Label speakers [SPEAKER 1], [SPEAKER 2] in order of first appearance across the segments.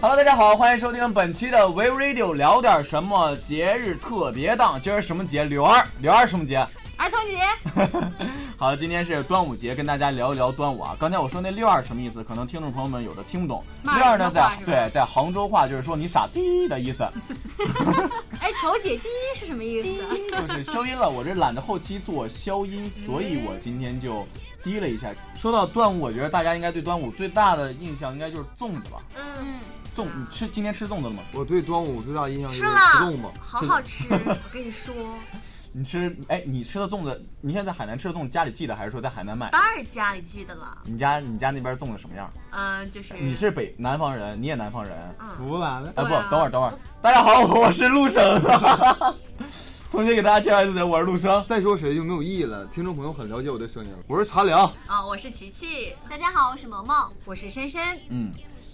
[SPEAKER 1] Hello，大家好，欢迎收听本期的 We Radio 聊点什么节日特别档。今儿什么节？柳儿，柳儿什么节？
[SPEAKER 2] 儿童节，
[SPEAKER 1] 好，今天是端午节，跟大家聊一聊端午啊。刚才我说那六二什么意思？可能听众朋友们有的听不懂。
[SPEAKER 2] 骂
[SPEAKER 1] 六二呢，
[SPEAKER 2] 人的话
[SPEAKER 1] 在
[SPEAKER 2] 是吧
[SPEAKER 1] 对，在杭州话就是说你傻逼的意思，
[SPEAKER 2] 哎，求解第一是什么意思？
[SPEAKER 1] 就是消音了。我这懒得后期做消音，所以我今天就低了一下。说到端午，我觉得大家应该对端午最大的印象应该就是粽子吧？
[SPEAKER 2] 嗯，
[SPEAKER 1] 粽，你吃今天吃粽子了吗？
[SPEAKER 3] 我对端午最大印象
[SPEAKER 1] 嗯
[SPEAKER 3] 就是
[SPEAKER 2] 吃了
[SPEAKER 3] 吃粽子，
[SPEAKER 2] 好好吃，我跟你说，
[SPEAKER 1] 你吃哎，你吃的粽子，你现在在海南吃的粽子，家里记得还是说在海南买？
[SPEAKER 2] 当然家里记得了，
[SPEAKER 1] 你家你家那边粽子什么样？
[SPEAKER 2] 嗯，就是
[SPEAKER 1] 哎你是北南方人，你也南方人。
[SPEAKER 2] 嗯，
[SPEAKER 3] 服了。
[SPEAKER 1] 啊不，
[SPEAKER 2] 对啊
[SPEAKER 1] 等会儿等会儿，大家好，我是陆生。 重新给大家介绍一次，我是陆生。
[SPEAKER 3] 再说谁就没有意义了，听众朋友很了解我的声音了。我是茶凉，
[SPEAKER 2] 啊，我是琪琪，
[SPEAKER 4] 大家好，我是萌萌，
[SPEAKER 2] 我是珊珊，
[SPEAKER 1] 嗯，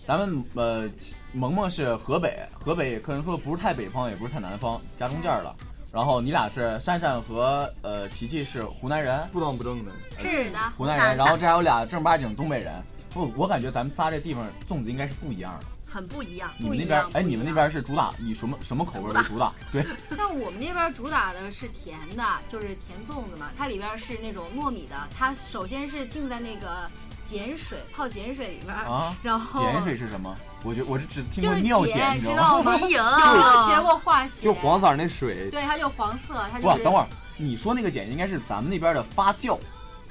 [SPEAKER 1] 咱们呃，萌萌是河北，河北可能说不是太北方，也不是太南方，夹中间儿了。然后你俩是珊珊和呃琪琪是湖南人，
[SPEAKER 3] 不当不正的。
[SPEAKER 2] 是的，
[SPEAKER 1] 湖南人，然后这还有俩正儿八经东北人。不，我感觉咱们仨这地方粽子应该是不一样的。
[SPEAKER 2] 很不一样，
[SPEAKER 1] 你
[SPEAKER 4] 不
[SPEAKER 1] 们
[SPEAKER 4] 一
[SPEAKER 1] 那边
[SPEAKER 4] 样
[SPEAKER 1] 哎，
[SPEAKER 4] 不一
[SPEAKER 1] 你们那
[SPEAKER 4] 样
[SPEAKER 1] 边是主打以什么什么口味为主打？ 对，
[SPEAKER 4] 像我们那边主打的是甜的，就是甜粽子嘛，它里边是那种糯米的，它首先是浸在那个碱水泡碱水里边儿，
[SPEAKER 1] 啊
[SPEAKER 4] 然后
[SPEAKER 1] 碱水是什么？我觉我是只听
[SPEAKER 4] 就
[SPEAKER 1] 过
[SPEAKER 4] 是
[SPEAKER 1] 尿
[SPEAKER 4] 碱，
[SPEAKER 1] 碱，你
[SPEAKER 4] 知
[SPEAKER 1] 知道吗？
[SPEAKER 4] 道吗？
[SPEAKER 2] 没
[SPEAKER 4] 有
[SPEAKER 2] 有，
[SPEAKER 4] 没有学过化学？
[SPEAKER 3] 就黄色儿那水，
[SPEAKER 4] 对，它就黄色，它
[SPEAKER 1] 不
[SPEAKER 4] 就，是
[SPEAKER 1] 等会儿，你说那个碱应该是咱们那边的发酵，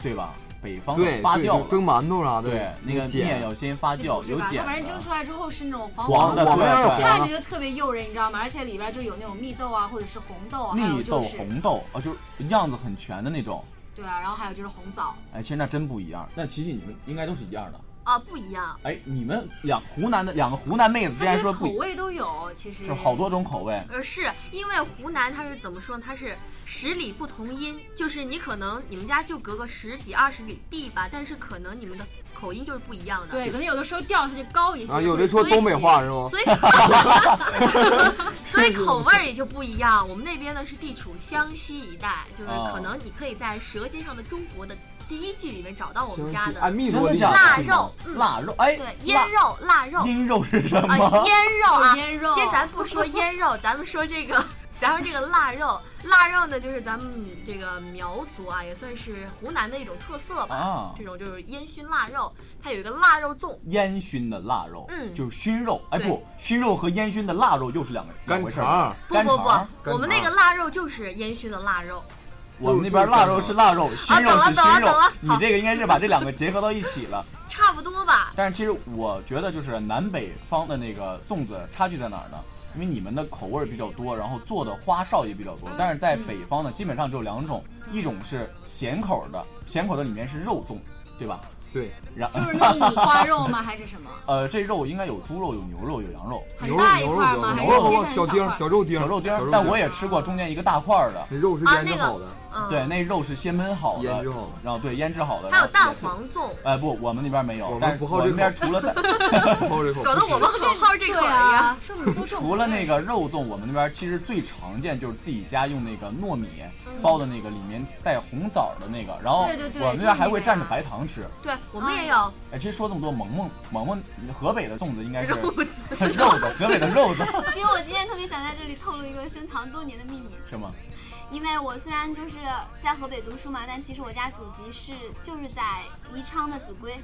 [SPEAKER 1] 对吧？北方的
[SPEAKER 3] 对，
[SPEAKER 1] 发
[SPEAKER 3] 对
[SPEAKER 1] 酵
[SPEAKER 3] 就
[SPEAKER 1] 了
[SPEAKER 3] 蒸馒头啥的，
[SPEAKER 1] 对，那个面
[SPEAKER 3] 碱。
[SPEAKER 1] 要先发酵，
[SPEAKER 4] 是
[SPEAKER 1] 有
[SPEAKER 4] 吧？它
[SPEAKER 1] 碱
[SPEAKER 4] 反正蒸
[SPEAKER 1] 的
[SPEAKER 4] 出来之后是那种黄
[SPEAKER 1] 黄的，
[SPEAKER 3] 黄
[SPEAKER 1] 对
[SPEAKER 3] 的有
[SPEAKER 1] 对
[SPEAKER 3] 点
[SPEAKER 4] 看着就特别诱人，你知道吗？而且里边就有那种蜜豆啊，或者是红豆，还有
[SPEAKER 1] 蜜
[SPEAKER 4] 就
[SPEAKER 1] 豆、
[SPEAKER 4] 是
[SPEAKER 1] 红豆啊，就是样子很全的那种。
[SPEAKER 4] 对啊，然后还有就是红枣
[SPEAKER 1] 哎，其实那真不一样。那琪琪，你们应该都是一样的。
[SPEAKER 2] 啊，不一样，
[SPEAKER 1] 哎，你们两湖南的两个湖南妹子之
[SPEAKER 4] 它
[SPEAKER 1] 前
[SPEAKER 4] 这
[SPEAKER 1] 说
[SPEAKER 4] 个
[SPEAKER 1] 不
[SPEAKER 4] 口
[SPEAKER 1] 一，
[SPEAKER 4] 味都有，其实
[SPEAKER 1] 就是好多种口味。
[SPEAKER 2] 呃，是因为湖南它是怎么说呢？它是十里不同音，就是你可能你们家就隔个十几二十里地吧，但是可能你们的口音就是不一样的，
[SPEAKER 4] 对，可能有的时候调它就高一些。
[SPEAKER 3] 啊，有的说东北话是吗？
[SPEAKER 2] 所以， 所 以口味儿也就不一样。我们那边呢是地处湘西一带，就是
[SPEAKER 1] 哦
[SPEAKER 2] 可能你可以在《舌尖上的中国》的第一季里面找到我们家
[SPEAKER 3] 按
[SPEAKER 2] 的
[SPEAKER 3] 密
[SPEAKER 1] 真
[SPEAKER 3] 度
[SPEAKER 1] 的假的？
[SPEAKER 2] 腊
[SPEAKER 1] 是吗
[SPEAKER 2] 肉嗯
[SPEAKER 1] 腊肉，哎
[SPEAKER 2] 对，腌肉、腊肉
[SPEAKER 1] 腊
[SPEAKER 2] 啊，
[SPEAKER 1] 腌肉是什么？
[SPEAKER 2] 腌肉啊。
[SPEAKER 4] 腌肉，
[SPEAKER 2] 今天咱不说腌肉，咱们说这个，咱说这个腊肉。腊肉呢，就是咱们这个苗族啊，也算是湖南的一种特色吧。
[SPEAKER 1] 啊
[SPEAKER 2] 这种就是烟熏腊肉，它有一个腊肉粽，
[SPEAKER 1] 烟熏的腊肉，
[SPEAKER 2] 嗯
[SPEAKER 1] 就是熏肉，哎
[SPEAKER 2] 对
[SPEAKER 1] 不，熏肉和烟熏的腊肉又是两个两
[SPEAKER 3] 干
[SPEAKER 1] 回事儿
[SPEAKER 3] 肠，
[SPEAKER 2] 不
[SPEAKER 1] 干
[SPEAKER 2] 不
[SPEAKER 1] 肠，
[SPEAKER 2] 不，我们那个腊肉就是烟熏的腊肉。
[SPEAKER 1] 我们那边腊肉是腊肉，熏肉是
[SPEAKER 2] 啊懂
[SPEAKER 1] 熏
[SPEAKER 2] 了懂了
[SPEAKER 1] 肉
[SPEAKER 2] 懂了，
[SPEAKER 1] 你这个应该是把这两个结合到一起了。
[SPEAKER 2] 差不多吧。
[SPEAKER 1] 但是其实我觉得就是南北方的那个粽子差距在哪儿呢？因为你们的口味儿比较多，然后做的花哨也比较
[SPEAKER 2] 嗯
[SPEAKER 1] 多，但是在北方呢，基本上只有两种，一种是咸口儿的，咸口儿的里面是肉粽，对吧？
[SPEAKER 3] 对，
[SPEAKER 1] 然
[SPEAKER 4] 就是那种五花肉吗？还是什 么？
[SPEAKER 1] 呃，这肉应该有猪肉、有牛肉、有羊肉。
[SPEAKER 4] 很
[SPEAKER 3] 牛肉
[SPEAKER 4] 大一
[SPEAKER 3] 牛
[SPEAKER 4] 块
[SPEAKER 3] 肉
[SPEAKER 4] 吗？还
[SPEAKER 3] 牛
[SPEAKER 4] 是切
[SPEAKER 3] 肉
[SPEAKER 4] 成
[SPEAKER 3] 小丁
[SPEAKER 4] 块
[SPEAKER 3] 儿小肉丁儿
[SPEAKER 1] 小肉丁儿，
[SPEAKER 3] 儿
[SPEAKER 1] 但我也吃过中间一个大块儿的，
[SPEAKER 3] 那肉是
[SPEAKER 2] 啊
[SPEAKER 3] 腌制
[SPEAKER 2] 那个
[SPEAKER 3] 好的，
[SPEAKER 2] 嗯，
[SPEAKER 1] 对，，那肉是先焖好的，
[SPEAKER 3] 腌制好的
[SPEAKER 1] 然后对腌制好的，
[SPEAKER 2] 还
[SPEAKER 1] 然
[SPEAKER 2] 有
[SPEAKER 1] 后
[SPEAKER 2] 蛋
[SPEAKER 1] 也是。
[SPEAKER 2] 黄粽，
[SPEAKER 1] 哎，不，我们那边没有
[SPEAKER 3] 我，们
[SPEAKER 1] 但是
[SPEAKER 3] 不
[SPEAKER 1] 我
[SPEAKER 3] 好
[SPEAKER 1] 们
[SPEAKER 3] 这
[SPEAKER 1] 那边除 了蛋，
[SPEAKER 3] 好这口
[SPEAKER 2] 搞得我们口号这
[SPEAKER 4] 对
[SPEAKER 2] 口儿
[SPEAKER 4] 啊
[SPEAKER 2] 呀。，
[SPEAKER 4] 是不是都是我们
[SPEAKER 1] 除了那个肉粽，我们那边其实最常见就是自己家用那个糯米包的那个，里面带红枣的那个，然后
[SPEAKER 4] 嗯对对对
[SPEAKER 1] 我们那
[SPEAKER 4] 就是
[SPEAKER 1] 边
[SPEAKER 4] 那
[SPEAKER 1] 还会
[SPEAKER 4] 个
[SPEAKER 1] 蘸着
[SPEAKER 4] 呀
[SPEAKER 1] 白糖吃。
[SPEAKER 2] 对， 我们也有
[SPEAKER 1] 哎，其实说这么多，萌萌萌萌，河北的粽子应该是
[SPEAKER 2] 肉子，
[SPEAKER 1] 肉子，河北的肉子
[SPEAKER 4] 其实我今天特别想在这里透露一个深藏多年的秘密，
[SPEAKER 1] 是吗？
[SPEAKER 4] 啊因为我虽然就是在河北读书嘛，但其实我家祖籍是就是在宜昌的秭归。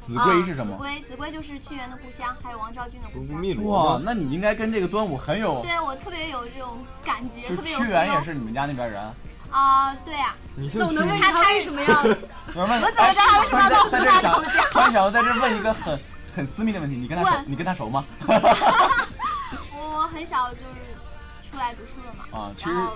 [SPEAKER 1] 子
[SPEAKER 4] 啊
[SPEAKER 1] 规是什么
[SPEAKER 4] 秭？归，秭归就是屈原的故乡，还有王昭君的故乡。
[SPEAKER 3] 密
[SPEAKER 1] 哇
[SPEAKER 3] 罗，，
[SPEAKER 1] 那你应该跟这个端午很有，
[SPEAKER 4] 对我特别有这种感觉，
[SPEAKER 1] 就是
[SPEAKER 4] 特别有
[SPEAKER 1] 屈原也
[SPEAKER 4] feel
[SPEAKER 1] 是你们家那边人。
[SPEAKER 4] 啊，对啊，
[SPEAKER 3] 你姓
[SPEAKER 4] 那我
[SPEAKER 3] 屈
[SPEAKER 4] 能问他他为什么 要
[SPEAKER 1] 我问，
[SPEAKER 4] 我怎么知道他为什么要
[SPEAKER 1] 在在这儿想，突然想要在这儿问一个很很私密的问题，你跟他熟
[SPEAKER 4] 问，
[SPEAKER 1] 你跟他熟 吗？
[SPEAKER 4] 我我很小就是出来读书了嘛，
[SPEAKER 1] 啊，其实
[SPEAKER 4] 然后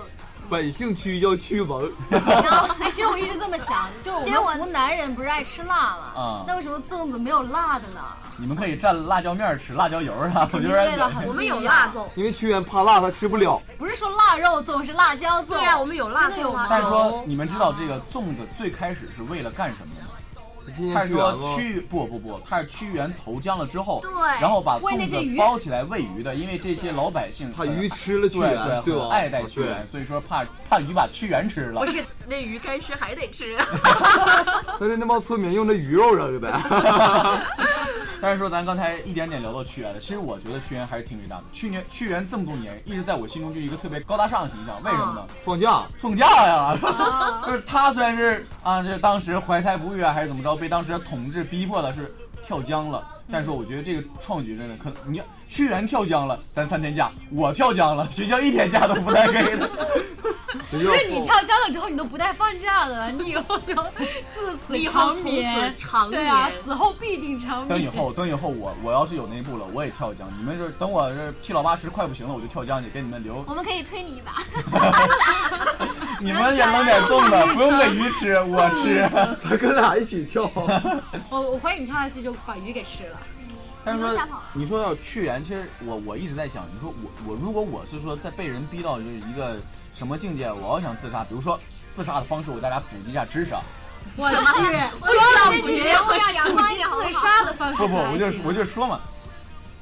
[SPEAKER 3] 本姓屈叫屈文，
[SPEAKER 4] 然后， 哎，其实我一直这么想，就是
[SPEAKER 2] 结
[SPEAKER 4] 我
[SPEAKER 2] 果
[SPEAKER 4] 们湖南人不是爱吃辣吗？
[SPEAKER 1] 嗯
[SPEAKER 4] 那为什么粽子没有辣的呢？
[SPEAKER 1] 你们可以蘸辣椒面儿吃，辣椒油儿啊，我
[SPEAKER 4] 肯
[SPEAKER 1] 觉
[SPEAKER 4] 定味道
[SPEAKER 1] 得
[SPEAKER 4] 很
[SPEAKER 2] 我
[SPEAKER 4] 不
[SPEAKER 2] 们
[SPEAKER 4] 一
[SPEAKER 2] 有
[SPEAKER 4] 样
[SPEAKER 2] 辣，粽。
[SPEAKER 3] 因为屈原怕辣，他吃不了。
[SPEAKER 4] 不是说腊肉粽，是辣椒粽。
[SPEAKER 2] 对呀，我们有辣粽
[SPEAKER 4] 真的啊有
[SPEAKER 2] 吗
[SPEAKER 4] 吗？
[SPEAKER 1] 但 是说，你们知道这个粽子最开始是为了干什么的吗？
[SPEAKER 3] 今
[SPEAKER 1] 他
[SPEAKER 3] 年
[SPEAKER 1] 是
[SPEAKER 3] 屈原
[SPEAKER 1] 说
[SPEAKER 3] 吗？
[SPEAKER 1] 屈不不不，他是屈原投江了之后，
[SPEAKER 2] 对
[SPEAKER 1] 然后把
[SPEAKER 4] 喂
[SPEAKER 1] 粽
[SPEAKER 4] 那些
[SPEAKER 1] 子
[SPEAKER 4] 鱼
[SPEAKER 1] 包起来喂鱼的，因为这些老百姓
[SPEAKER 3] 怕
[SPEAKER 1] 很
[SPEAKER 3] 鱼吃了屈
[SPEAKER 1] 对
[SPEAKER 3] 原，
[SPEAKER 1] 对
[SPEAKER 3] 吧？啊哦
[SPEAKER 1] 很爱戴屈
[SPEAKER 3] 对
[SPEAKER 1] 原，所以说怕怕鱼把屈原吃了
[SPEAKER 2] 不。是那鱼该吃还得吃，
[SPEAKER 3] 但是那帮村民用那鱼肉扔的，
[SPEAKER 1] 但是说咱刚才一点点聊到屈原了，其实我觉得屈原还是挺伟大的。去年屈原这么多年，一直在我心中就是一个特别高大上的形象，为什么呢？
[SPEAKER 3] 放假
[SPEAKER 1] 放假呀，
[SPEAKER 4] 啊
[SPEAKER 1] 就是他虽然是啊，这当时怀才不遇啊，还是怎么着，被当时的统治逼迫的是跳江了。但是我觉得这个创举真的可，你看屈原跳江了，咱三天假；我跳江了，学校一天假都不带给的。
[SPEAKER 3] 就
[SPEAKER 4] 不
[SPEAKER 3] 要
[SPEAKER 4] 是你跳江了之后，你都不带放假的了，你以后就自
[SPEAKER 2] 你
[SPEAKER 4] 此
[SPEAKER 2] 以后
[SPEAKER 4] 长
[SPEAKER 2] 从
[SPEAKER 4] 眠
[SPEAKER 2] 此。长
[SPEAKER 4] 对啊
[SPEAKER 2] 眠。，
[SPEAKER 4] 死后必定长
[SPEAKER 1] 等以
[SPEAKER 4] 眠。
[SPEAKER 1] 后，等以后我我要是有那步了，我也跳江。你们就是等我这七老八十快不行了，我就跳江去，给你们留，
[SPEAKER 5] 我们可以推你一把。
[SPEAKER 1] 你们也弄点粽子，不用给鱼吃，我吃。
[SPEAKER 3] 咱哥俩一 起跳，
[SPEAKER 4] 我我怀疑你跳下去就把鱼给吃了。
[SPEAKER 1] 但是
[SPEAKER 5] 你都
[SPEAKER 1] 说
[SPEAKER 5] 吓跑了
[SPEAKER 1] 你说到屈原，其实我我一直在想，你说我我如果我是说在被人逼到就是一个什么境界，我要想自杀，比如说自杀的方式，我给大家普及一下知识啊。
[SPEAKER 4] 我去，我
[SPEAKER 5] 老觉
[SPEAKER 4] 老觉
[SPEAKER 5] 得
[SPEAKER 4] 得
[SPEAKER 5] 我让阳光一好不好
[SPEAKER 4] 自杀的方式
[SPEAKER 1] 不不，我就
[SPEAKER 4] 还行
[SPEAKER 1] 我就说嘛，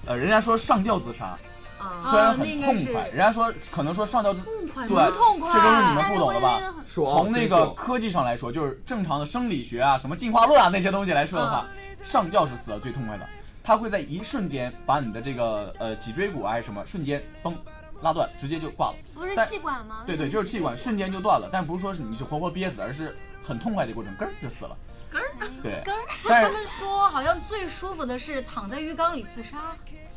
[SPEAKER 1] 呃，人家说上吊自杀
[SPEAKER 2] 啊，
[SPEAKER 1] 虽然
[SPEAKER 4] 那
[SPEAKER 1] 很
[SPEAKER 4] 个
[SPEAKER 1] 痛
[SPEAKER 4] 是
[SPEAKER 1] 快，人家说可能说上吊自
[SPEAKER 2] 痛快
[SPEAKER 1] 对
[SPEAKER 2] 吗？
[SPEAKER 4] 不痛快
[SPEAKER 1] 这都是你们
[SPEAKER 5] 但
[SPEAKER 1] 不
[SPEAKER 5] 是
[SPEAKER 1] 懂
[SPEAKER 5] 会
[SPEAKER 1] 了
[SPEAKER 5] 累得
[SPEAKER 1] 吧？
[SPEAKER 5] 很。
[SPEAKER 3] 爽
[SPEAKER 1] 从那
[SPEAKER 3] 真
[SPEAKER 1] 个
[SPEAKER 3] 爽
[SPEAKER 1] 科技上来说，就是正常的生理学啊，什么进化论啊那些东西来说的话，
[SPEAKER 5] 嗯
[SPEAKER 1] 上吊是死的最痛快的。它会在一瞬间把你的这个呃脊椎骨啊还是什么瞬间崩拉断，直接就挂了。
[SPEAKER 5] 不是
[SPEAKER 1] 但
[SPEAKER 5] 气管吗？
[SPEAKER 1] 对对，就是气管瞬间就断了，但不是说是你是活活憋死的，而是很痛快的过程，咯儿就死了。
[SPEAKER 2] 咯儿
[SPEAKER 1] 对
[SPEAKER 4] 咯，
[SPEAKER 1] 但
[SPEAKER 4] 他
[SPEAKER 1] 是
[SPEAKER 4] 们说好像最舒服的是躺在浴缸里自杀。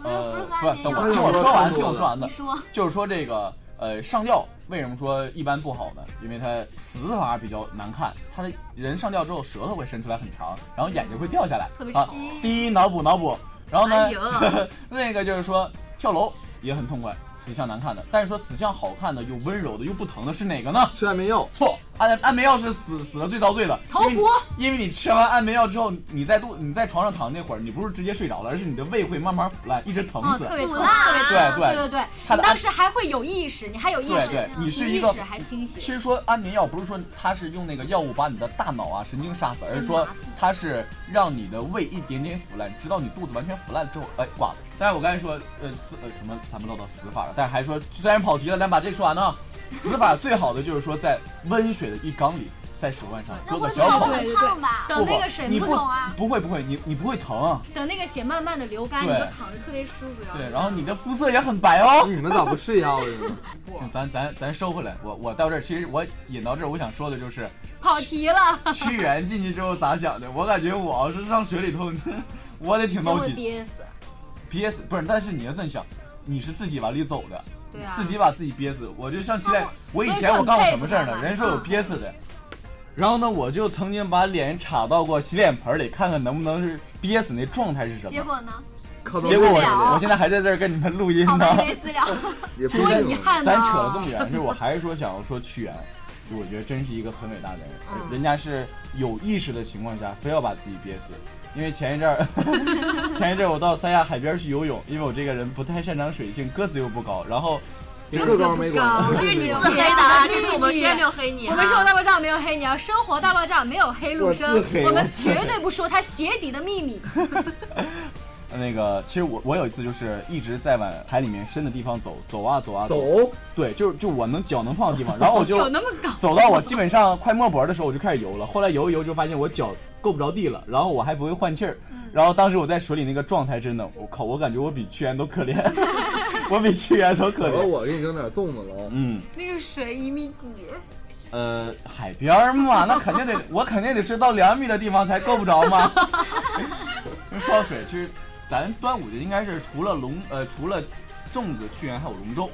[SPEAKER 5] 不是不
[SPEAKER 1] 呃
[SPEAKER 5] 是，和
[SPEAKER 1] 不是，
[SPEAKER 5] 安
[SPEAKER 1] 等
[SPEAKER 5] 那
[SPEAKER 1] 我
[SPEAKER 5] 样。
[SPEAKER 1] 听我说完，听我说完
[SPEAKER 5] 你
[SPEAKER 1] 的，
[SPEAKER 5] 说
[SPEAKER 1] 就是说这个呃上吊为什么说一般不好呢？因为它死法比较难看，他的人上吊之后舌头会伸出来很长，然后眼睛会掉下来，
[SPEAKER 4] 特别
[SPEAKER 1] 啊
[SPEAKER 4] 丑。
[SPEAKER 1] 第一脑补脑补，然后呢
[SPEAKER 2] 哎，呀
[SPEAKER 1] 那个就是说跳楼也很痛快，死相难看的，但是说死相好看的又温柔的又不疼的是哪个呢？
[SPEAKER 3] 吃安眠药，
[SPEAKER 1] 错，安安眠药是死死的最遭罪的，
[SPEAKER 4] 头
[SPEAKER 1] 因为你因为你吃完安眠药之后，你在肚你在床上躺那会儿，你不是直接睡着了，而是你的胃会慢慢腐烂，一直疼
[SPEAKER 4] 啊，
[SPEAKER 1] 死。
[SPEAKER 4] 特别
[SPEAKER 5] 腐
[SPEAKER 4] 疼，
[SPEAKER 5] 烂
[SPEAKER 4] 特别
[SPEAKER 1] 对
[SPEAKER 4] 疼，
[SPEAKER 1] 对
[SPEAKER 4] 对对对，
[SPEAKER 1] 他
[SPEAKER 4] 你
[SPEAKER 1] 的
[SPEAKER 4] 当时还会有意识，你还有意
[SPEAKER 1] 对
[SPEAKER 4] 识，
[SPEAKER 1] 对，你是
[SPEAKER 4] 你
[SPEAKER 1] 一
[SPEAKER 4] 意
[SPEAKER 1] 个
[SPEAKER 4] 识还清
[SPEAKER 1] 其
[SPEAKER 4] 醒。
[SPEAKER 1] 实说安眠药不是说它是用那个药物把你的大脑啊神经杀死，而是说它是让你的胃一点点腐烂，直到你肚子完全腐烂之后，哎挂了。但是我刚才说，呃死呃怎么咱们唠到死法了，但是还说虽然跑题了，咱把这说完呢。死法最好的就是说在温水的一缸里，在手腕上
[SPEAKER 5] 那
[SPEAKER 1] 搁
[SPEAKER 5] 会
[SPEAKER 1] 个
[SPEAKER 5] 不会
[SPEAKER 1] 小
[SPEAKER 4] 跑
[SPEAKER 1] 桶。
[SPEAKER 4] 对
[SPEAKER 5] 很
[SPEAKER 4] 对
[SPEAKER 5] 烫吧？
[SPEAKER 4] 等
[SPEAKER 1] 不
[SPEAKER 4] 那
[SPEAKER 1] 不
[SPEAKER 4] 个水
[SPEAKER 1] 你
[SPEAKER 5] 不
[SPEAKER 1] 不
[SPEAKER 5] 懂啊
[SPEAKER 1] 不会不会，你你不会疼，
[SPEAKER 4] 等那个血慢慢的流干，你
[SPEAKER 1] 对
[SPEAKER 4] 就躺着特别舒服，然后
[SPEAKER 1] 对，然后你的肤色也很白哦。
[SPEAKER 3] 你们咋不吃药呢？
[SPEAKER 1] 行咱咱咱收回来，我我到这儿，其实我引到这儿，我想说的就是，
[SPEAKER 4] 跑题了，
[SPEAKER 1] 屈原进去之后咋想的？我感觉我要是上水里头， 我得挺
[SPEAKER 4] 就
[SPEAKER 1] 闹
[SPEAKER 4] 会
[SPEAKER 1] 心。
[SPEAKER 4] 憋死。
[SPEAKER 1] 憋死不是，但是你要这么想，你是自己往里走的，
[SPEAKER 4] 对啊，
[SPEAKER 1] 自己把自己憋死。我就上期待
[SPEAKER 4] 他，
[SPEAKER 1] 我以
[SPEAKER 4] 所以
[SPEAKER 1] 前
[SPEAKER 4] 说
[SPEAKER 1] 我
[SPEAKER 4] 很
[SPEAKER 1] 干过
[SPEAKER 4] 佩
[SPEAKER 1] 什么
[SPEAKER 4] 服
[SPEAKER 1] 事儿
[SPEAKER 4] 他
[SPEAKER 1] 呢？
[SPEAKER 4] 嘛
[SPEAKER 1] 人说有憋死的，然后呢，我就曾经把脸插到过洗脸盆里，看看能不能是憋死那状态是什么。
[SPEAKER 5] 结 果呢？
[SPEAKER 3] 靠
[SPEAKER 1] 结果
[SPEAKER 5] 没死了
[SPEAKER 1] 我我现在还在这儿跟你们录音
[SPEAKER 5] 好
[SPEAKER 3] 啊
[SPEAKER 5] 吧，
[SPEAKER 1] 呢。
[SPEAKER 5] 没死 了。
[SPEAKER 3] 也不
[SPEAKER 4] 多
[SPEAKER 3] 是
[SPEAKER 4] 遗憾呐。
[SPEAKER 1] 咱扯了这么远，就是我还是说想要说屈原，就我觉得真是一个很伟大的人，
[SPEAKER 2] 嗯
[SPEAKER 1] 人家是有意识的情况下，非要把自己憋死。因为前一阵儿，前一阵儿我 到三亚海边去游泳，因为我这个人不太擅长水性，个子又不高，然后
[SPEAKER 3] 个高没 高，
[SPEAKER 2] 这是你自
[SPEAKER 4] 己
[SPEAKER 2] 黑的啊！这次我们
[SPEAKER 4] 对
[SPEAKER 2] 谁也没有黑你啊，
[SPEAKER 4] 我们生活大爆炸没有黑你啊，生活大爆炸没有黑陆生
[SPEAKER 3] 我自黑，
[SPEAKER 4] 我们
[SPEAKER 3] 我自
[SPEAKER 4] 绝
[SPEAKER 3] 黑
[SPEAKER 4] 对不说他鞋底的秘密。
[SPEAKER 1] 那个其实我我有一次就是一直在往海里面深的地方走，走啊走啊
[SPEAKER 3] 走，
[SPEAKER 1] 对，就是就我能脚能碰的地方，然后 我就
[SPEAKER 4] 有那么高？
[SPEAKER 1] 走到我基本上快没脖的时候，我就开始游了。后来游一游就发现我脚够不着地了，然后我还不会换气儿。然后当时我在水里那个状态真的，我靠，我感觉我比屈原都可 怜，我比屈原都可
[SPEAKER 3] 走了
[SPEAKER 1] 怜。
[SPEAKER 3] 我给你整点粽子了啊。
[SPEAKER 1] 嗯，
[SPEAKER 4] 那个水一米几？
[SPEAKER 1] 呃，海边儿嘛，那肯定得，我肯定得是到两米的地方才够不着嘛。 说到水，其实咱端午节应该是除了龙，呃，除了粽子、屈原还有龙舟。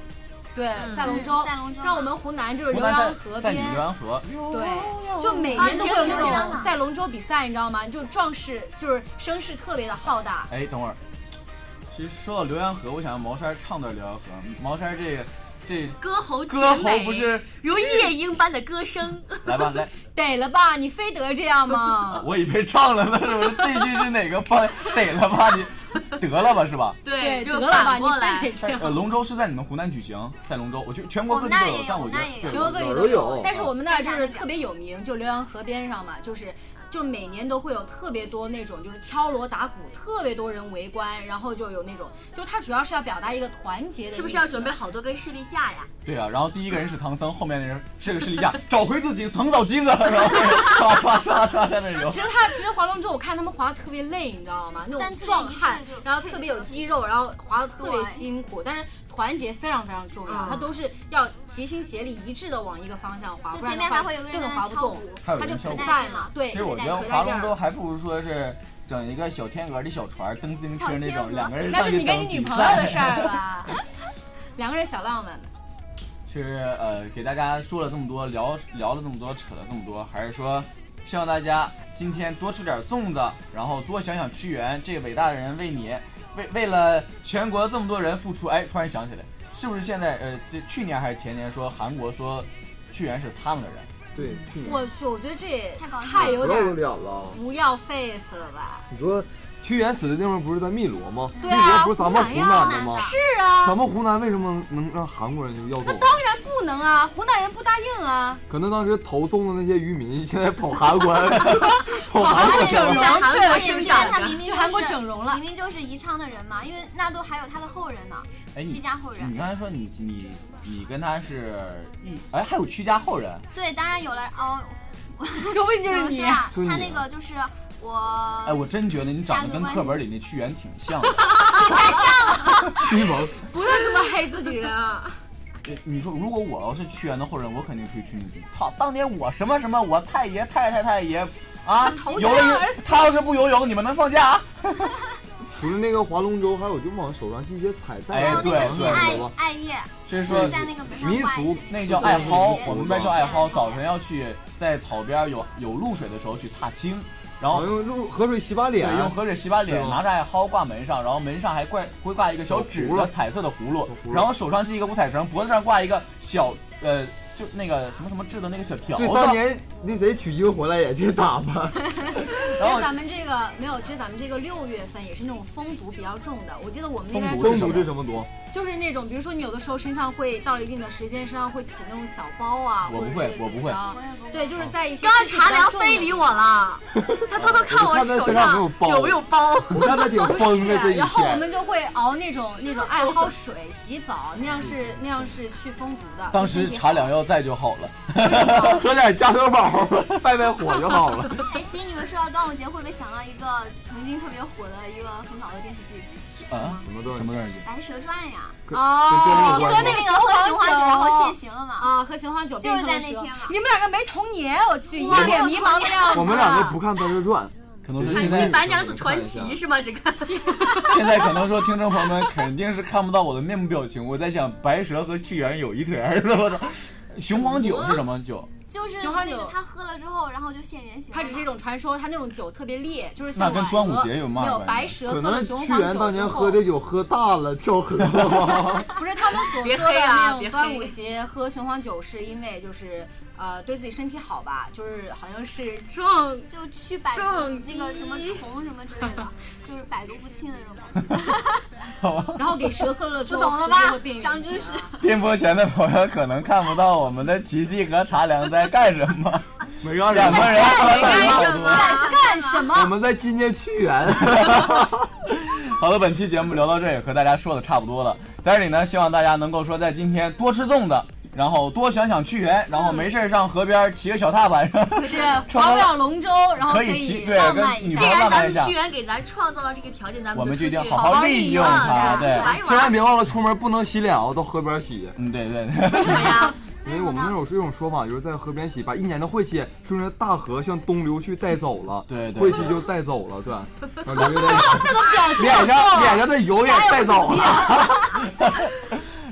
[SPEAKER 4] 对，
[SPEAKER 2] 嗯
[SPEAKER 4] 赛龙舟
[SPEAKER 5] 赛龙舟
[SPEAKER 4] 像我们湖南就是
[SPEAKER 1] 湖
[SPEAKER 4] 浏
[SPEAKER 1] 南
[SPEAKER 4] 阳
[SPEAKER 1] 在
[SPEAKER 4] 河
[SPEAKER 1] 在你
[SPEAKER 4] 边
[SPEAKER 1] 浏。阳河，
[SPEAKER 4] 对，就每
[SPEAKER 5] 啊
[SPEAKER 4] 年都会有那
[SPEAKER 5] 你听
[SPEAKER 4] 种
[SPEAKER 5] 说
[SPEAKER 4] 赛龙舟比赛，你知道吗？就壮士，就是声势特别的浩大。
[SPEAKER 1] 哎，等会儿，其实说到浏阳河，我想让毛衫儿唱段浏阳河。毛衫儿这个这
[SPEAKER 2] 歌喉绝
[SPEAKER 1] 歌喉
[SPEAKER 2] 美
[SPEAKER 1] 不是
[SPEAKER 2] 如夜莺般的歌声，
[SPEAKER 1] 来吧来，
[SPEAKER 4] 得了吧，你非得这样吗？
[SPEAKER 1] 我以为唱了呢，是不是？这句是哪个方？ 得了吧你，得了吧是吧？
[SPEAKER 4] 对，
[SPEAKER 2] 就
[SPEAKER 4] 得了吧，
[SPEAKER 2] 反
[SPEAKER 4] 你
[SPEAKER 2] 过
[SPEAKER 4] 非
[SPEAKER 2] 来
[SPEAKER 4] 得。这
[SPEAKER 1] 但
[SPEAKER 4] 样。
[SPEAKER 1] 呃，龙舟是在你们湖南举行，在龙舟，我觉得全国各地
[SPEAKER 5] 我们那
[SPEAKER 1] 都
[SPEAKER 5] 儿也
[SPEAKER 1] 有
[SPEAKER 5] 有，嗯
[SPEAKER 1] 但我觉
[SPEAKER 5] 我们那儿也有啊
[SPEAKER 1] 得对
[SPEAKER 3] 哪
[SPEAKER 4] 全国各地
[SPEAKER 3] 儿
[SPEAKER 4] 都
[SPEAKER 3] 有
[SPEAKER 4] 但是我们那儿就是特别有名，就浏阳河边上嘛，就是。就每年都会有特别多那种就是敲锣打鼓，特别多人围观，然后就有那种，就是它主要是要表达一个团结的意思，
[SPEAKER 2] 是不是要准备好多根士力架呀？
[SPEAKER 1] 对啊，然后第一个人是唐僧，后面的人是个士力架，找回自己曾早金了， 然后刷刷刷刷在那里游
[SPEAKER 4] 其。实他其实划龙舟，我看他们划的特别累，你知道吗？那
[SPEAKER 5] 但
[SPEAKER 4] 种
[SPEAKER 5] 特别
[SPEAKER 4] 壮汉
[SPEAKER 5] 一致就，
[SPEAKER 4] 然后特别有肌肉，然后划的特别辛苦，但是团结非常非常重要，
[SPEAKER 2] 嗯
[SPEAKER 4] 他都是要齐心协力，一致的往一个方向划，
[SPEAKER 5] 就
[SPEAKER 4] 不
[SPEAKER 5] 前
[SPEAKER 4] 然的
[SPEAKER 5] 面还
[SPEAKER 4] 话
[SPEAKER 5] 会有个
[SPEAKER 4] 根
[SPEAKER 5] 人在
[SPEAKER 4] 本划
[SPEAKER 5] 那
[SPEAKER 4] 不
[SPEAKER 5] 敲
[SPEAKER 4] 动
[SPEAKER 5] 鼓，，
[SPEAKER 1] 还有
[SPEAKER 4] 他就
[SPEAKER 1] 人敲
[SPEAKER 4] 不
[SPEAKER 1] 鼓
[SPEAKER 5] 可带
[SPEAKER 4] 散
[SPEAKER 5] 劲
[SPEAKER 4] 了
[SPEAKER 5] 了。
[SPEAKER 4] 对，
[SPEAKER 1] 其实我觉得
[SPEAKER 4] 可带
[SPEAKER 1] 划
[SPEAKER 4] 劲
[SPEAKER 1] 龙
[SPEAKER 4] 儿
[SPEAKER 1] 舟还不如说是整一个小天鹅的小船，蹬自行车
[SPEAKER 5] 小
[SPEAKER 1] 那
[SPEAKER 5] 天
[SPEAKER 1] 种，
[SPEAKER 5] 鹅
[SPEAKER 1] 两个人
[SPEAKER 4] 那
[SPEAKER 1] 上
[SPEAKER 4] 是
[SPEAKER 1] 去
[SPEAKER 4] 你跟
[SPEAKER 1] 蹬
[SPEAKER 4] 你女
[SPEAKER 1] 比
[SPEAKER 4] 朋友
[SPEAKER 1] 赛
[SPEAKER 4] 的事儿吧？ 两个人小浪漫，
[SPEAKER 1] 其实呃，给大家说了这么多，聊聊了这么多，扯了这么多，还是说希望大家今天多吃点粽子，然后多想想屈原这个伟大的人为你为为了全国这么多人付出。哎，突然想起来，是不是现在呃，这去年还是前年说韩国说屈原是他们的人？
[SPEAKER 3] 对，去年
[SPEAKER 4] 我去，我觉得这也
[SPEAKER 5] 太搞笑了
[SPEAKER 4] 太有
[SPEAKER 3] 不要不
[SPEAKER 4] 点
[SPEAKER 3] 了了。
[SPEAKER 4] 不要 face 了吧？
[SPEAKER 3] 你说屈原死的地方不是在汨罗吗？
[SPEAKER 4] 对
[SPEAKER 3] 汨
[SPEAKER 4] 啊
[SPEAKER 3] 罗不是咱们湖南的吗？
[SPEAKER 4] 是啊，
[SPEAKER 3] 咱们湖南为什么能让韩国人就要走？
[SPEAKER 4] 当然不能啊，湖南人不答应啊，
[SPEAKER 3] 可能当时投送的那些渔民 现在跑韩国，跑韩
[SPEAKER 5] 韩
[SPEAKER 3] 国
[SPEAKER 5] 国
[SPEAKER 3] 去
[SPEAKER 5] 整
[SPEAKER 3] 了。
[SPEAKER 4] 容去了是不是？啊
[SPEAKER 5] 他明明
[SPEAKER 4] 去
[SPEAKER 5] 就是
[SPEAKER 4] 韩国整容了
[SPEAKER 5] 明。明就是宜昌的人嘛，因为纳豆还有他的后人呢，
[SPEAKER 1] 哎，
[SPEAKER 5] 屈
[SPEAKER 1] 你
[SPEAKER 5] 家后人
[SPEAKER 1] 你。刚才说你你你跟他是一哎，还有屈家后人，
[SPEAKER 5] 对，当然有了哦，
[SPEAKER 4] 说不定
[SPEAKER 5] 怎
[SPEAKER 4] 就
[SPEAKER 5] 么
[SPEAKER 4] 是你
[SPEAKER 5] 说。啊？
[SPEAKER 3] 就是你
[SPEAKER 5] 他那个就是
[SPEAKER 1] 哎，
[SPEAKER 5] 我，
[SPEAKER 1] 我真觉得你长得跟课本里那屈原挺像的。
[SPEAKER 3] 屈蒙，
[SPEAKER 4] 不要这么黑自己人啊！
[SPEAKER 1] 呃你说，如果我要是屈原的后人，我肯定吹屈女帝。操，当年我什么什么，我太爷太太太爷啊，游了一，他要是不游泳，你们能放假、啊？
[SPEAKER 3] 除了那个划龙舟，还有就往手上系一些彩带，
[SPEAKER 1] 哎
[SPEAKER 5] 还有那个
[SPEAKER 1] 对
[SPEAKER 5] 徐
[SPEAKER 1] 对啊
[SPEAKER 5] 爱
[SPEAKER 3] 知道吧
[SPEAKER 5] 爱叶，
[SPEAKER 1] 所以
[SPEAKER 5] 就
[SPEAKER 1] 说
[SPEAKER 5] 是，在那个门上
[SPEAKER 3] 民
[SPEAKER 5] 挂一
[SPEAKER 3] 俗
[SPEAKER 5] 些
[SPEAKER 1] 那叫爱蒿，我们这叫爱蒿。
[SPEAKER 5] 对
[SPEAKER 1] 早晨要去在草边有有露水的时候去踏青，然
[SPEAKER 3] 好
[SPEAKER 1] 后。
[SPEAKER 3] 用露河水洗把
[SPEAKER 1] 对
[SPEAKER 3] 脸，，
[SPEAKER 1] 用河水洗把脸
[SPEAKER 3] 对，
[SPEAKER 1] 拿着爱蒿挂门上，然后门上还挂会挂一个小纸
[SPEAKER 3] 小葫芦
[SPEAKER 1] 的彩色的葫芦
[SPEAKER 3] 小葫，芦
[SPEAKER 1] 然后手上系一个五彩绳，脖子上挂一个小呃，就那个什么什么制的那个小条
[SPEAKER 3] 对，当
[SPEAKER 1] 子，
[SPEAKER 3] 年那谁取经回来也这打扮，
[SPEAKER 4] 其
[SPEAKER 1] 然
[SPEAKER 4] 实
[SPEAKER 1] 后
[SPEAKER 4] 咱们这个没有，其实咱们这个六月份也是那种风毒比较重的。我记得我们那边
[SPEAKER 1] 风
[SPEAKER 3] 风
[SPEAKER 1] 是什
[SPEAKER 3] 毒
[SPEAKER 1] 么
[SPEAKER 3] 是什么毒？
[SPEAKER 4] 就是那种，比如说你有的时候身上会到了一定的时间，身上会起那种小包啊，
[SPEAKER 1] 我不
[SPEAKER 4] 或者是
[SPEAKER 1] 会我
[SPEAKER 4] 怎么
[SPEAKER 1] 不会
[SPEAKER 4] 着
[SPEAKER 5] 我也不会
[SPEAKER 4] 对，就是在一些
[SPEAKER 2] 刚刚
[SPEAKER 4] 事情比
[SPEAKER 2] 茶
[SPEAKER 4] 较
[SPEAKER 2] 凉
[SPEAKER 4] 重
[SPEAKER 2] 非
[SPEAKER 4] 的
[SPEAKER 2] 理我 了，他偷偷看
[SPEAKER 3] 我
[SPEAKER 2] 我
[SPEAKER 3] 看他
[SPEAKER 2] 手
[SPEAKER 3] 身上
[SPEAKER 2] 上
[SPEAKER 3] 有没有包
[SPEAKER 2] 有没有包。
[SPEAKER 3] 你看他挺疯的这一
[SPEAKER 4] 然后我
[SPEAKER 3] 天，
[SPEAKER 4] 们就会熬那种那种爱蒿水洗澡，那样是那样是去风毒的。
[SPEAKER 1] 当时茶两药在就好了。
[SPEAKER 3] 喝点加多宝， 败败火就好了。
[SPEAKER 5] 哎，其实你们说到端午节，会不会想到一个曾经特别火的一个很老的电视剧
[SPEAKER 1] 啊？
[SPEAKER 3] 什么都
[SPEAKER 1] 什么东
[SPEAKER 5] 《
[SPEAKER 1] 西？
[SPEAKER 5] 白蛇传》呀？
[SPEAKER 3] 跟
[SPEAKER 4] 哦，
[SPEAKER 3] 跟
[SPEAKER 4] 喝
[SPEAKER 3] 这个有关吗
[SPEAKER 4] 那个
[SPEAKER 5] 那个喝
[SPEAKER 4] 雄
[SPEAKER 5] 雄黄酒，然后现形了嘛？
[SPEAKER 4] 啊，喝雄黄酒
[SPEAKER 5] 就是
[SPEAKER 4] 变成
[SPEAKER 5] 在
[SPEAKER 4] 了
[SPEAKER 5] 那
[SPEAKER 4] 蛇
[SPEAKER 5] 天嘛
[SPEAKER 4] 你们两个没童年，我去，一
[SPEAKER 5] 我没
[SPEAKER 4] 脸
[SPEAKER 5] 有
[SPEAKER 4] 迷
[SPEAKER 5] 童
[SPEAKER 4] 茫的
[SPEAKER 5] 年
[SPEAKER 4] 样子。
[SPEAKER 3] 我们两个不看《白蛇传
[SPEAKER 1] 可能是
[SPEAKER 3] 对
[SPEAKER 2] 看
[SPEAKER 1] 现
[SPEAKER 2] 新
[SPEAKER 1] 在
[SPEAKER 3] 对
[SPEAKER 2] 白娘子传奇是 吗？这个
[SPEAKER 1] 现在可能说听众朋友们肯定是看不到我的面部表情，我在想白蛇和屈原有一腿儿子，我操！雄黄酒是什么酒？
[SPEAKER 5] 就是
[SPEAKER 4] 雄黄
[SPEAKER 5] 那
[SPEAKER 4] 酒
[SPEAKER 5] 个他喝了之后，然后就现原形了嘛。
[SPEAKER 4] 它只是一种传说，它那种酒特别烈，就是
[SPEAKER 1] 那
[SPEAKER 4] 像
[SPEAKER 1] 跟
[SPEAKER 4] 蛇
[SPEAKER 1] 端午节有嘛
[SPEAKER 4] 没有
[SPEAKER 1] 关系
[SPEAKER 4] 白》，蛇
[SPEAKER 3] 可
[SPEAKER 4] 喝了
[SPEAKER 3] 能
[SPEAKER 4] 雄黄
[SPEAKER 3] 屈
[SPEAKER 4] 酒
[SPEAKER 3] 原当年
[SPEAKER 4] 之后
[SPEAKER 3] 喝这酒喝大了跳河了吧？
[SPEAKER 4] 不是他们所
[SPEAKER 2] 别
[SPEAKER 4] 说的
[SPEAKER 2] 黑啊
[SPEAKER 4] 那种
[SPEAKER 2] 别
[SPEAKER 4] 端
[SPEAKER 2] 黑
[SPEAKER 4] 午节喝雄黄酒，是因为就是呃对自己身体好吧，就是好像是
[SPEAKER 2] 撞
[SPEAKER 5] 就驱百
[SPEAKER 2] 正
[SPEAKER 5] 那个什么虫什么之类的，就是百毒不侵的那种感觉。
[SPEAKER 4] 然后给蛇喝了之
[SPEAKER 5] 不
[SPEAKER 4] 后，
[SPEAKER 5] 懂了
[SPEAKER 4] 直接
[SPEAKER 5] 吧
[SPEAKER 4] 会变
[SPEAKER 5] 长
[SPEAKER 4] 原
[SPEAKER 5] 知
[SPEAKER 4] 形
[SPEAKER 5] 识
[SPEAKER 4] 啊
[SPEAKER 1] 电波前的朋友可能看不到我们的琪琪和茶凉在干什么，
[SPEAKER 3] 没让
[SPEAKER 1] 两
[SPEAKER 3] 人
[SPEAKER 1] 个人好多。
[SPEAKER 4] 在干什么？
[SPEAKER 3] 我们在纪念屈原。
[SPEAKER 1] 好的，本期节目聊到这里，和大家说的差不多了。在这里呢，希望大家能够说在今天多吃粽子，然后多想想屈原，然后没事儿上河边骑个小踏板上。
[SPEAKER 4] 就是划不了龙舟，然后
[SPEAKER 1] 可以骑
[SPEAKER 4] 以
[SPEAKER 1] 对
[SPEAKER 4] 浪
[SPEAKER 1] 跟
[SPEAKER 4] 漫一
[SPEAKER 1] 女
[SPEAKER 4] 下
[SPEAKER 2] 既
[SPEAKER 1] 朋。友浪
[SPEAKER 2] 然
[SPEAKER 1] 漫
[SPEAKER 2] 咱
[SPEAKER 1] 一
[SPEAKER 2] 们
[SPEAKER 1] 下
[SPEAKER 2] 屈原给咱创造了这个条件，咱们
[SPEAKER 1] 我们就
[SPEAKER 2] 就
[SPEAKER 1] 一定
[SPEAKER 2] 出去
[SPEAKER 1] 好
[SPEAKER 2] 好
[SPEAKER 1] 好利
[SPEAKER 2] 利啊
[SPEAKER 1] 用它
[SPEAKER 2] 它，
[SPEAKER 1] 对
[SPEAKER 2] 去玩一
[SPEAKER 3] 千万
[SPEAKER 2] 玩。
[SPEAKER 3] 别忘了出门不能洗脸啊，到河边洗。
[SPEAKER 1] 嗯，对对对。
[SPEAKER 2] 什么呀？
[SPEAKER 3] 因为我们那有这种说法，就是在河边洗，把一年的晦气顺着大河向东流去带走了，
[SPEAKER 1] 对对
[SPEAKER 3] 晦气就带走了，对， 然后留下的脸上脸上的油也带走了，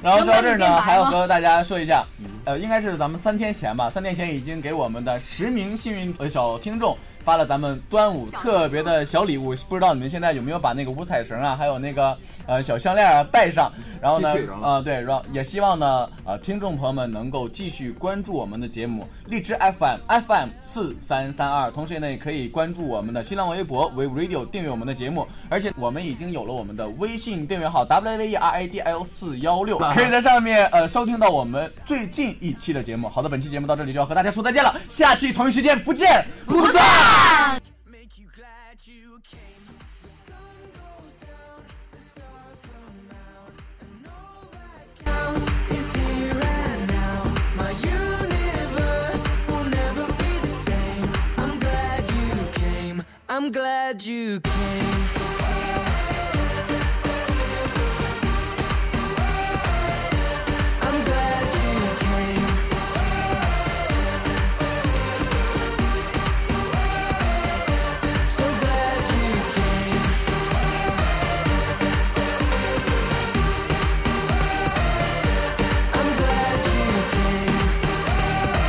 [SPEAKER 1] 然后说到这儿
[SPEAKER 4] 能把你变白
[SPEAKER 1] 呢，
[SPEAKER 4] 吗
[SPEAKER 1] 还要和大家说一下，呃，应该是咱们三天前吧，三天前已经给我们的十名幸运呃小听众发了咱们端午特别的小礼物，不知道你们现在有没有把那个五彩绳啊，还有那个呃小项链啊戴上，然后呢
[SPEAKER 3] 系腿上，了
[SPEAKER 1] 啊对，然后也希望呢，呃，听众朋友们能够继续关注我们的节目荔枝 FM FM 四三三二，同时呢也可以关注我们的新浪微博 We Radio 订阅我们的节目，而且我们已经有了我们的微信订阅号 W V E R I D L 四幺六，可以在上面呃收听到我们最近一期的节目。好的，本期节目到这里就要和大家说再见了，下期同一时间不见不散。
[SPEAKER 6] make you glad you came. The sun goes down, the stars come out, and all that counts is here and now. My universe will never be the same. I'm glad you came. I'm glad you came. I'm glad you came. So glad you came. I'm glad you came.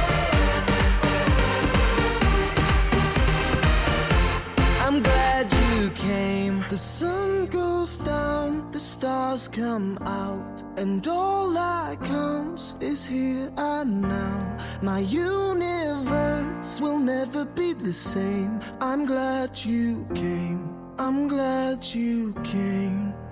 [SPEAKER 6] I'm glad you came. The sun goes down, the stars come out, and all that counts is here and now. My universe will never be the same. I'm glad you came. I'm glad you came.